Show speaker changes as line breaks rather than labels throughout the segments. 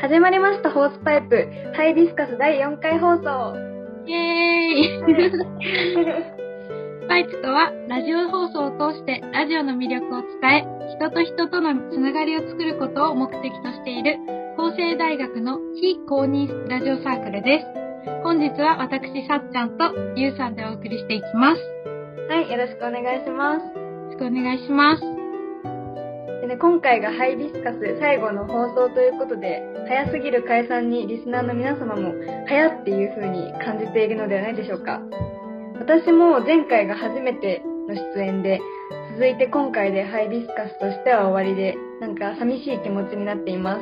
始まりましたホースパイプハイディスカス第4回放送
イエー イバイツとは、ラジオ放送を通してラジオの魅力を伝え、人と人とのつながりを作ることを目的としている、法政大学の非公認ラジオサークルです。本日は私、さっちゃんとゆうさんでお送りしていきます。よ
はいよろしくお願いします
ろしくお願いします。
で、ね、今回がハイディスカス最後の放送ということで早すぎる解散にリスナーの皆様も早っていう風に感じているのではないでしょうか私も前回が初めての出演で続いて今回でハイディスカスとしては終わりでなんか寂しい気持ちになっています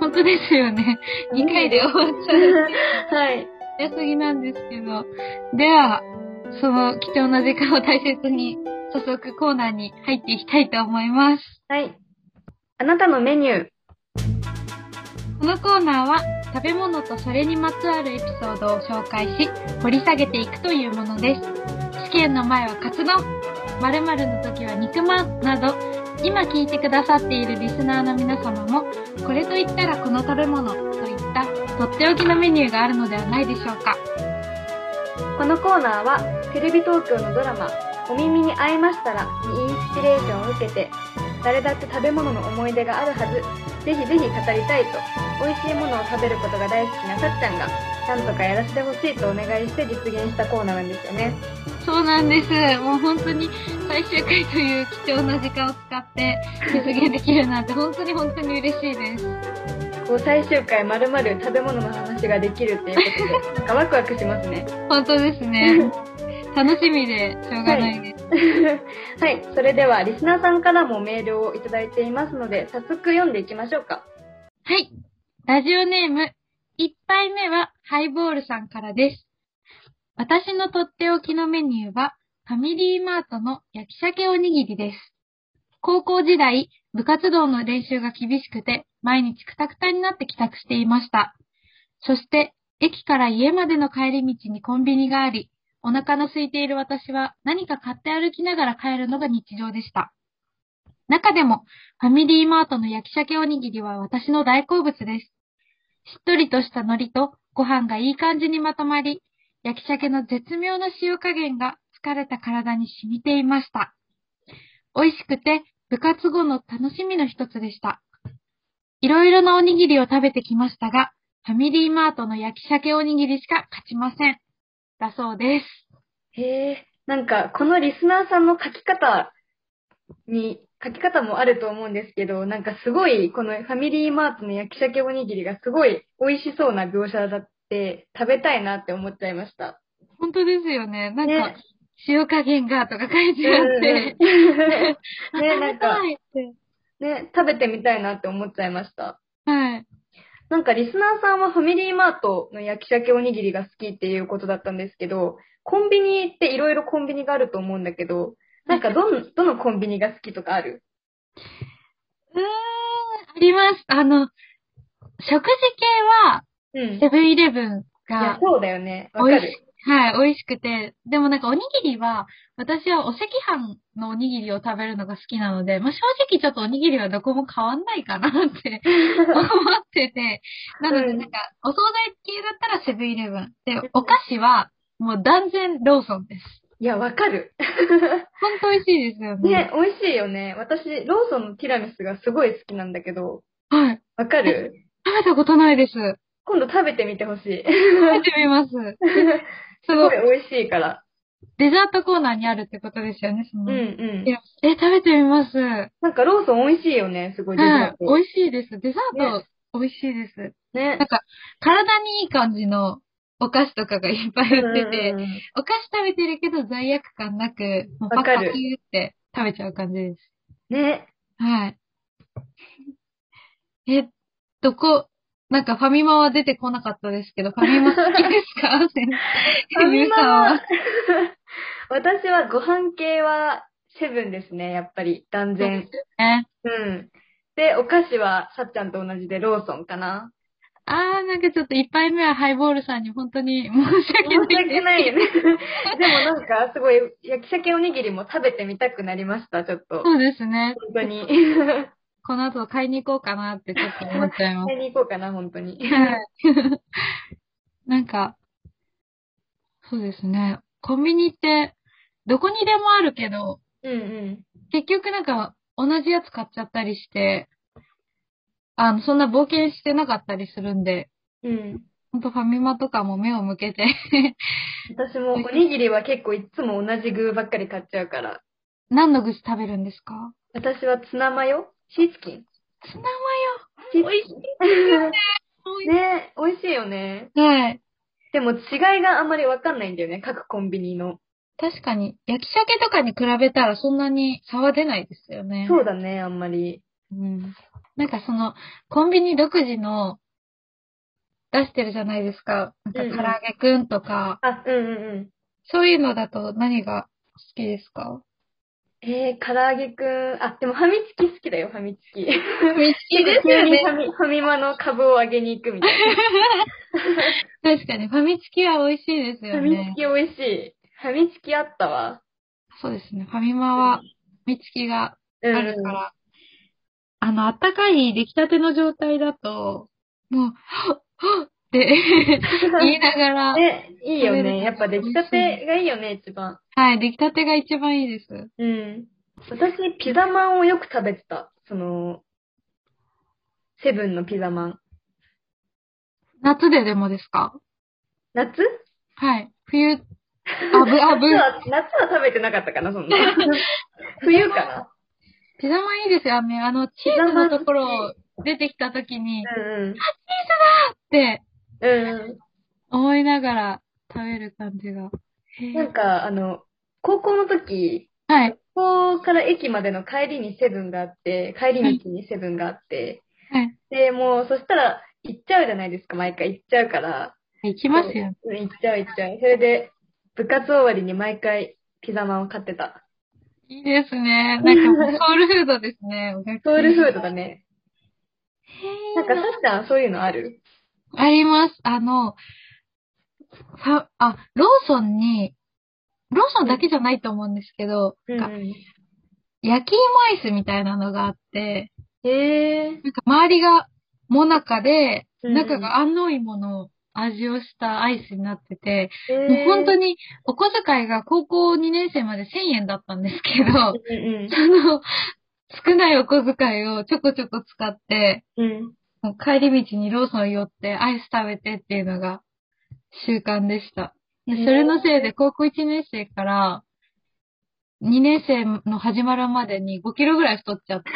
本当ですよね。2回で終わっちゃう。
はい
早すぎなんですけど。では、その貴重な時間を大切に、早速コーナーに入っていきたいと思います。
はいあなたのメニュー
このコーナーは、食べ物とそれにまつわるエピソードを紹介し、掘り下げていくというものです。試験の前はカツ丼、〇〇の時は肉まんなど、今聞いてくださっているリスナーの皆様も、これといったらこの食べ物といった、とっておきのメニューがあるのではないでしょうか。
このコーナーはテレビ東京のドラマ「お耳に合いましたら」にインスピレーションを受けて誰だって食べ物の思い出があるはずぜひぜひ語りたいと美味しいものを食べることが大好きなさっちゃんがなんとかやらせてほしいとお願いして実現したコーナーなんですよね
そうなんです。もう本当に最終回という貴重な時間を使って実現できるなんて本当に本当に嬉しいです。
こう最終回まるまる食べ物の話ができるっていうことでなんかワクワクしますね
本当ですね。楽しみでしょうがないです。
はいそれではリスナーさんからもメールをいただいていますので早速読んでいきましょうか
はい。ラジオネーム、1杯目はハイボールさんからです。私のとっておきのメニューは、ファミリーマートの焼き鮭おにぎりです。高校時代、部活動の練習が厳しくて、毎日クタクタになって帰宅していました。そして、駅から家までの帰り道にコンビニがあり、お腹の空いている私は何か買って歩きながら帰るのが日常でした。中でも、ファミリーマートの焼き鮭おにぎりは私の大好物です。しっとりとした海苔とご飯がいい感じにまとまり、焼き鮭の絶妙な塩加減が疲れた体に染みていました。美味しくて部活後の楽しみの一つでした。いろいろなおにぎりを食べてきましたが、ファミリーマートの焼き鮭おにぎりしか勝ちません。だそうです。
へえ、なんか、このリスナーさんの書き方に、書き方もあると思うんですけど、なんかすごい、このファミリーマートの焼き鮭おにぎりがすごい美味しそうな描写だって、食べたいなって思っちゃいました。
本当ですよね。なんか、
ね
塩加減がとか書いてあって。
ね、なん か、
はいって。
ね、食べてみたいなって思っちゃいました。
はい。
なんかリスナーさんはファミリーマートの焼き鮭おにぎりが好きっていうことだったんですけど、コンビニっていろいろコンビニがあると思うんだけど、なんかどん、どのコンビニが好きとかある
うーん、あります。あの、食事系は、
うん。
セブンイレブン
いや
が、
そうだよね。わか
美味し
る。
はい、美味しくて、でもなんかおにぎりは、私はお赤飯のおにぎりを食べるのが好きなので、まあ正直ちょっとおにぎりはどこも変わんないかなって 思ってて、なので
うん
なんか、お惣菜系だったらセブンイレブン。で、お菓子は、もう断然ローソンです。
いや、わ かる。
ほんと美味しいですよね。
ね、美味しいよね。私、ローソンのティラミスがすごい好きなんだけど、
はい。
わかる
食べたことないです。食
今度食べてみてほしい。
べてみます。
す
そ
ご
の
い、美味しいから。
デザートコーナーにあるってことですよね、その。
うんう
い
ん。
やえ、食べてみます。
なんかローソン美味しいよね、すごいデ
は
ザ
い
ー。ト。
美味しいです。デザート、美味しいです。な
ね
ん。か、体にいい感じのお菓子とかがいっぱい売ってて、
うんうんうん
お菓子食べてるけど罪悪感なく、もうパ
わ
ク
か
パク
る
って食べちゃう感じです。
ね。
はい。 え、どこ、なんかファミマは出てこなかったです けど、ファミマ好きですか先生
ファミ
皆
マは
さんは
私はご飯系はセブンですね、やっぱり、断 然。
ね
うん。で、お菓子はさっちゃんと同じでローソンかな。
あー、なんかちょっと一杯目はハイボールさんに本当に申し
申
訳
し
ないで
訳
す。
ないよね。でもなんか、すごい、焼き鮭おにぎりも食べてみたくなりました、ちょっと。
そうですね。
本当に。
この後買いに行こうかなってちょっと思っちゃいます
買いに行こうかな、本当に。
はい。なんか、そうですね。コンビニって、どこにでもあるけど、
うんうん。
結局なんか、同じやつ買っちゃったりして、あの、そんな冒険してなかったりするんで、
うん。
ほんとファミマとかも目を向けて、
私もおにぎりは結構いつも同じ具ばっかり買っちゃうから。
何の具食べるんですか
私はツナマヨシーチキン
ツナ
シー
マヨ美
チ
味し
キ
い
ン。ね美味しいよね。
はい。
でも違いがあんまりわかんないんだよね、各コンビニの。
確かに、焼き鮭とかに比べたらそんなに差は出ないですよね。
そうだね、あんまり。
うん。なんかその、コンビニ独自の出してるじゃないですか。なんか
うんうん
唐揚げくんとか、
あ、うんうん
そういうのだと何が好きですか
うん。えー、唐揚げくん。あ、でもファミチキ好きだよ、ファミチキ。
好きですよ
急にファ
ね。
ミファミマの株を上げに行くみたい
確かに、ファミチキは美味しいです
な。
よ
ファミチ
ね。
キ美味しい。ファミチキあったわ。
そうですね。ファミマは、ファミチキが
う
あ
ん。
るから、あの、あったかい出来たての状態だと、もう、はっ、はっ って言いながら、
ね、いいよ
食べれ
ね。
る
やっぱ出来たてがいいよね、一番。
はい、出来たてが一番いいです。
うん。私、ピザマンをよく食べてた。その、セブンのピザマン。
夏ででもですか
夏
はい。冬、あぶ、あぶ
夏、は、夏は食べてなかったかな、そんな。冬かな。
ピザマンいいですよ、ね。あの、チーズのところ出てきた時に、っ
うん
て
うん。う
思いながら食べる感じが。へー
ん。なんか、あの、高校の時、
はい。
高校から駅までの帰りにセブンがあって、帰り道にセブンがあって、
はい。
で、もう、そしたら、行っちゃうじゃないですか、毎回行っちゃうから。
行きますよ。
うん行っちゃう行っちゃう。それで、部活終わりに毎回ピザマンを買ってた。
いいですね。なんかもうソウルフードですね。
ソウルフード
だ。
だね。
へ
なん
ー
か、さっちゃんそういうのある
あります。あの、ファ、あ、ローソンに、ローソンだけじゃないと思うんですけど、なんか
ん。
焼き芋アイスみたいなのがあって、
へえ。
なんか周りがモナカで、
うん
中が安納芋の味をしたアイスになってて、
へー
もう本当にお小遣いが高校2年生まで1000円だったんですけど、
うん
その、少ないお小遣いをちょこちょこ使って、
うん。うん。
帰り道にローソン寄ってアイス食べてっていうのが習慣でした。でそれのせいで高校1年生から2年生の始まるまでに5キロぐらい太っ ちゃって、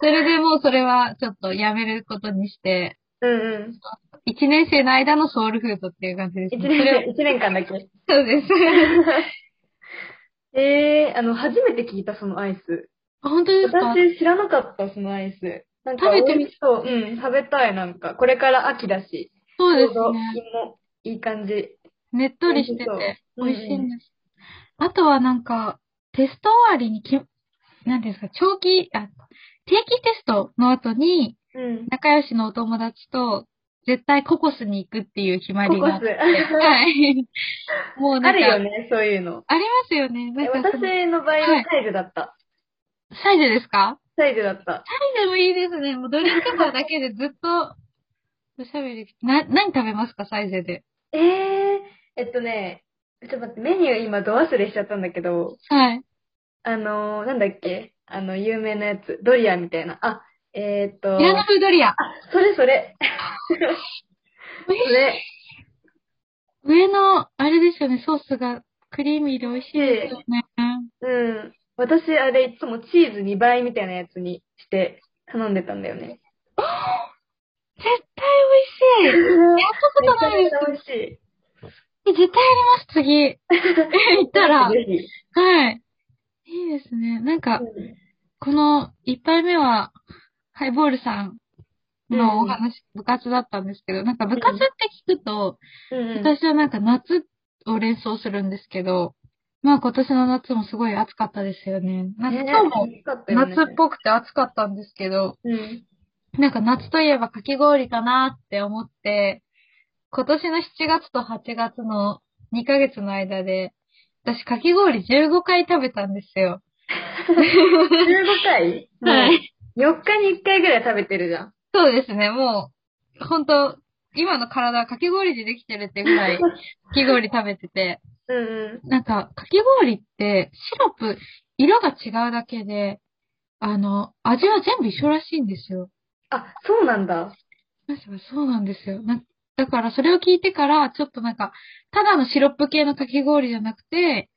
それでもうそれはちょっとやめることにして、
うんうん。
一年生の間のソウルフードっていう感じです、
一
ね。
年間、一年間 だけ。
そうです。
ええあの、初めて聞いた、そのアイス。
あ本当ですか
私知らなかった、そのアイス。なんか
食べてみ
美味しそう。うん、食べたい、なんか。これから秋だし。
そう
ち
で
ょう
す
ど、
ね。
芋、いい感じ。
ねっとりしてて、
美
美味
味し
し
そう
い
うんうん
んです。あとはなんか、テスト終わりにき、なんていうんですか、長期、あ、定期テストの後に、
うん。
仲良しのお友達と、絶対ココスに行くっていう決ま
コ
り
コ
があっ
ス
て。。はい。 もうな
あ
んか、
るよね、そういうの。
ありますよね。なん
え
かその、
私の場合
は
はいサイズだった。
サイズですか
サイズだった。
でもいいですね。もうドリンクバーだけでずっと、おしゃべり。な、何食べますかサイゼで。
ええー、えっとね、ちょっと待って、メニュー今ド忘れしちゃったんだけど、
はい。
あのー、なんだっけあの、有名なやつ、ドリアみたいな。あ、えー、っと
ミ、ラノ風ドリア。
それそ れ。それ。
上の、あれですよね、ソースがクリーミーで美味しいですよね。
うん。私、あれ、いつもチーズ2倍みたいなやつにして頼んでたんだよね。
絶対美味しい。やった
め
こと
ちゃ
ないで
めち
す
ゃ。美味しい。
え絶対やります、次。 行ったら。
ぜひ。
はい。いいですね。なんか、この一杯目は、ハイボールさんのお話、部活だったんですけど、なんか部活って聞くと、
うんうん。
私はなんか夏を連想するんですけど、まあ今年の夏もすごい暑かったですよね。なんか今日も
ね、暑か
夏
たよ
っぽくて暑かったんですけど、
ね。
なんか夏といえばかき氷かなって思って、今年の7月と8月の2ヶ月の間で、私かき氷15回食べたんですよ。
うん。15回
はい。
4日に1回ぐらい食べてるじゃん。
そうですね、もう、ほんと、今の体はかき氷でできてるってぐらい、かき氷食べてて、
うんう
なんか、かき氷って、シロップ、色が違うだけで、あの、味は全部一緒らしいんですよ。
ん。あ、そうなんだ。
なんかそうなんですよ。なだから、それを聞いてから、ちょっとなんか、ただのシロップ系のかき氷じゃなくて、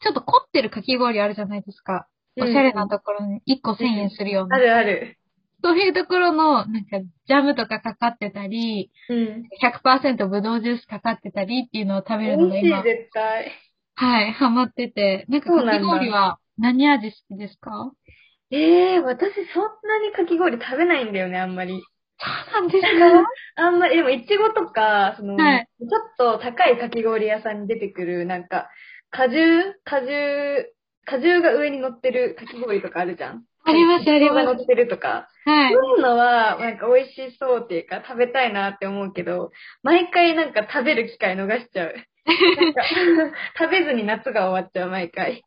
ちょっと凝ってるかき氷あるじゃないですか。おしゃれなところに1個1000円するよう
あ
な。
るある。
そういうところの、なんか、ジャムとかかかってたり、
うん。
100%ブドウジュースかかってたりっていうのを食べるの
美
が
味しい、
今、
絶対。
はい、ハマってて。なんか、
そうなん
か
だ
き氷は何味好きですか
ええー、私そんなにかき氷食べないんだよね、あんまり。
そうなんですか
あんまり、でも、いちごとか、その、
はい
ちょっと高いかき氷屋さんに出てくる、なんか、果汁果汁果汁が上に乗ってるかき氷とかあるじゃん。
ありますあります
いちごが乗ってるとか。
はい。
そういうの は、なんか美味しそうっていうか、食べたいなって思うけど、毎回なんか食べる機会逃しちゃう。なんか 食べずに夏が終わっちゃう、毎回。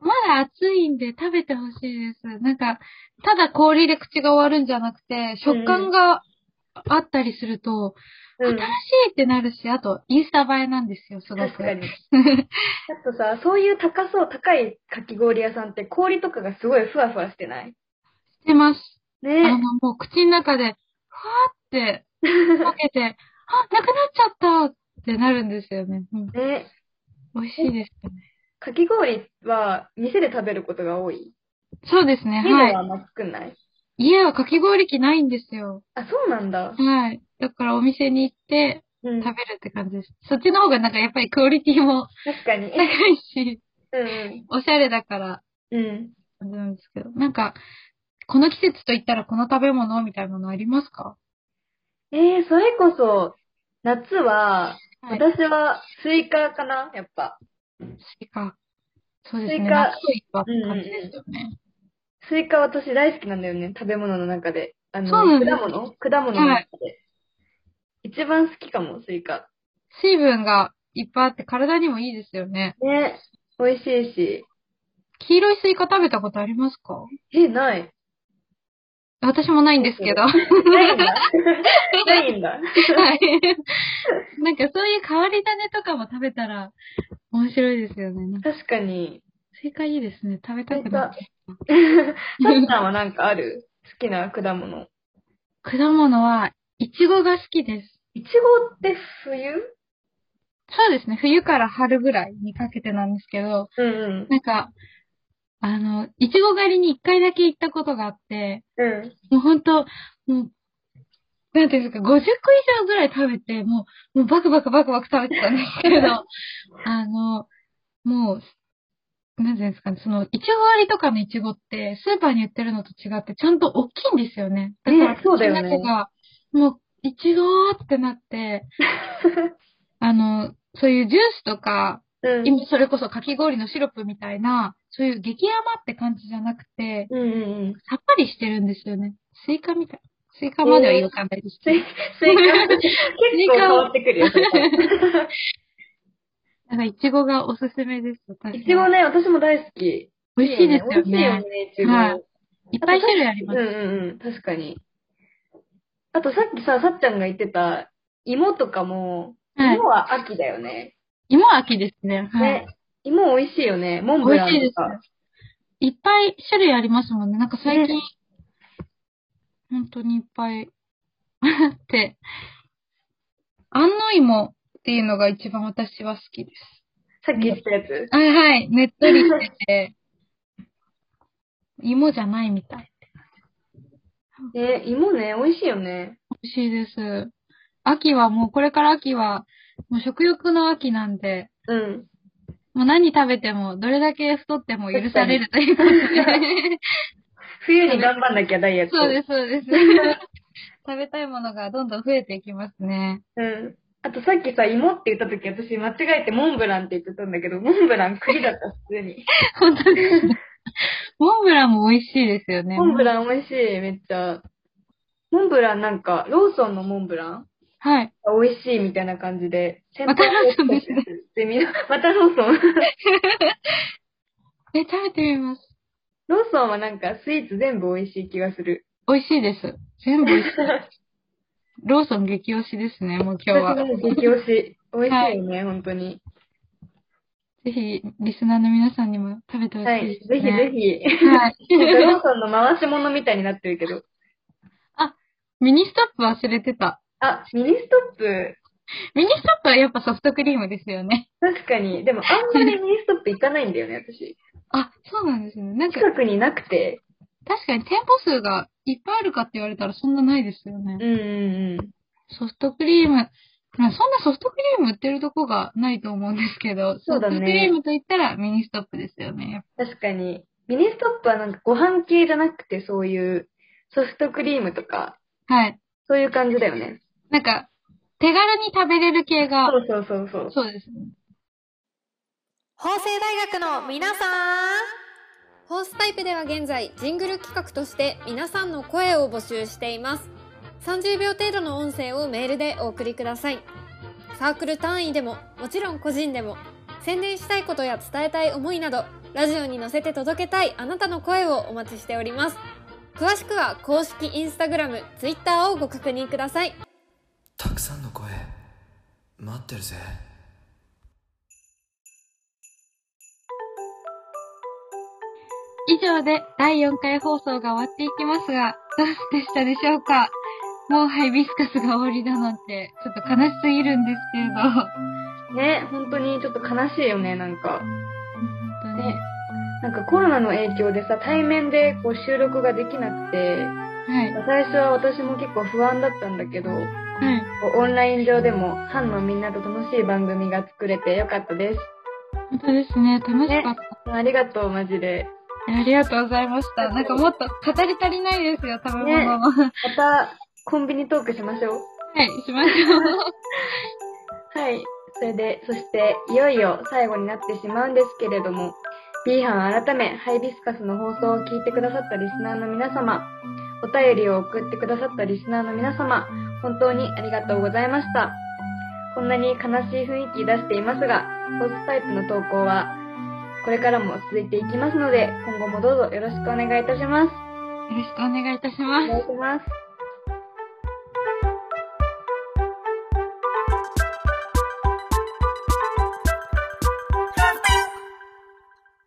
まだ暑いんで食べてほしいです。なんか、ただ氷で口が終わるんじゃなくて、食感があったりすると、
う
新
ん
し。いってなるし、あと、インスタ映えなんですよ、すごく。
確 かに。あとさ、そういう高そう、高いかき氷屋さんって氷とかがすごいふわふわしてない
してます。あの
ね、
もう口の中で、ふわーって、溶 けて、あ、なくなっちゃったってなるんですよね。うん、
ね、
美味しいですよね。
かき氷は店で食べることが多い。
そうですね、
家では
はい。
あんま作んない。
家はかき氷機ないんですよ。
あ、そうなんだ。
はい。だからお店に行って
うん。
食
確
べるって感じです。そっちの方がなんかやっぱりクオリティも
かに。
高いし、
うん
おしゃれだから、
うん。うん。
あれなんですけど。なんか、この季節といったらこの食べ物みたいなのありますか
えー、それこそ、夏は、
はい
私はスイカかなやっぱ。
スイカ。そうです
スイ
ね。
カ
夏といえばって感じですよね。
スイカ私大好きなんだよね、食べ物の中で。あの、
そうなんだ
果物果物の中で。一番好きかも、スイカ。
水分がいっぱいあって体にもいいですよね。
ね、美味しいし。
黄色いスイカ食べたことありますか
え、ない。
私もないんですけど。はい。
ない んだ。ないんだ。
なんかそういう変わり種とかも食べたら面白いですよね。なんか
確かに。
スイカいいですね。食べたくなっちゃう。
さっさんはなんかある好きな果物。
果物は、いちごが好きです。
いちごって冬
そうですね。冬から春ぐらいにかけてなんですけど、
うん
なんか、あの、いちご狩りに一回だけ行ったことがあって、
うん。うん。
もうほんと、もう、なんていうんですか、50個以上ぐらい食べて、もう、もうバクバクバクバク食べてたんですけど、あの、もう、なんていうんですかね、その、いちご割りとかのいちごって、スーパーに売ってるのと違って、ちゃんと大きいんですよね。だから、
ねそうだよね
口の中が、もう、いちごーってな って、あの、そういうジュースとか、
うん。
今それこそかき氷のシロップみたいな、そういう激甘って感じじゃなくて、
うんうんうん。
さっぱりしてるんですよね。スイカみたい。スイカまでは言わかんないです
ス
け
イ
ど。
スイカ、結構変わってくるよ。
なんか、いちごがおすすめです。私はい
ちごね、私も大好き。
美味しいですよ
美味しいよ
ね
ね。、いちご。
はいいっぱい種類あり
う
ま
ん
す。
うんうん、確かに。あとさっきさ、さっちゃんが言ってた、芋とかも、
はい
芋。は秋だよね。
芋は秋ですね。はい
ね。。芋美味しいよね。モンブラン
美味しいで
と
すね
か。
いっぱい種類ありますもんね。なんか最近
ね、
本当にいっぱいあって、安納芋っていうのが一番私は好きです。
さっき言ったやつ。
はいはい。ねっとりしてて、芋じゃないみたい。
ね、芋ね、美味しいよね。
美味しいです。秋はもう、これから秋は、もう食欲の秋なんで、
うん。
もう何食べても、どれだけ太っても許されると いうことで。
冬に頑張んなきゃダイエット。
そうです、そうです。 食べたいものがどんどん増えていきますね。
うん。あとさっきさ、芋って言った時私間違えてモンブランって言ってたんだけど、モンブラン栗だった、普通に。
本当ですね。モンブランも美味しいですよね。
モンブラン美味しい、めっちゃ。モンブランなんか、ローソンのモンブラン
はい。
美味しいみたいな感じで。
またローソンですね
でみんなまたローソン。
え、食べてみます。 ローソンはなんかスイーツ全部美味しい気がする。
美味しいです。全部美味しい。ローソン激推しですね、もう今日は。
私
ぜ
も激推し。美味しいよね、本当に。
ひ、リスナーの皆さんにも食べてほし
はいい
で。す、
ぜ
ね。
ひぜひ。
ひ。はい。
なんかローソンの回し物みたいになってるけど。
ミニストップ忘れてた。
あ、ミニストップ。
ミニストップはやっぱソフトクリームですよね。
確かに。でも、あんまりミニストップ行かないんだよね、私。
あ、そうなんですね。なんか、
近くになくて。
確かに店舗数がいっぱいあるかって言われたらそんなないですよね
う。んうんうん。
ソフトクリーム、まあ、そんなソフトクリーム売ってるとこがないと思うんですけど、
そうだね
ソフトクリームと言ったらミニストップですよね。
確かに。ミニストップはなんかご飯系じゃなくて、そういうソフトクリームとか、
はい。
そういう感じだよね。
なんか、手軽に食べれる系が、
そうそうそうそう。
そうですね。
法政大学の皆さんホースタイプでは現在ジングル企画として皆さんの声を募集しています30秒程度の音声をメールでお送りくださいサークル単位でももちろん個人でも宣伝したいことや伝えたい思いなどラジオに乗せて届けたいあなたの声をお待ちしております詳しくは公式インスタグラム、ツイッターをご確認ください
たくさんの声待ってるぜ
以上で第4回放送が終わっていきますが、どうでしたでしょうかもうハイビスカスが終わりだなんて、ちょっと悲しすぎるんですけれど。本
ね、本当にちょっと悲しいよね、なんか。
当に。
ね。なんかコロナの影響でさ、対面でこう収録ができなくて、
はい。
最初は私も結構不安だったんだけど、
はい。
こうオンライン上でもファンのみんなと楽しい番組が作れてよかったです。
本当ですね。楽しかった。
ありがとう、マジで。
ありがとうございました。なんかもっと語り足りないですよ、食べ物も。は
また、コンビニトークしましょう。
い、しましょう。
はい。それで、そして、いよいよ最後になってしまうんですけれども、B 班改め、ハイビスカスの放送を聞いてくださったリスナーの皆様、お便りを送ってくださったリスナーの皆様、本当にありがとうございました。こんなに悲しい雰囲気出していますが、ホースタイプの投稿は、これからも続いていきますので、今後もどうぞよろしくお願いいたします。
よろしくお願いいたし
お
ます。
願いします。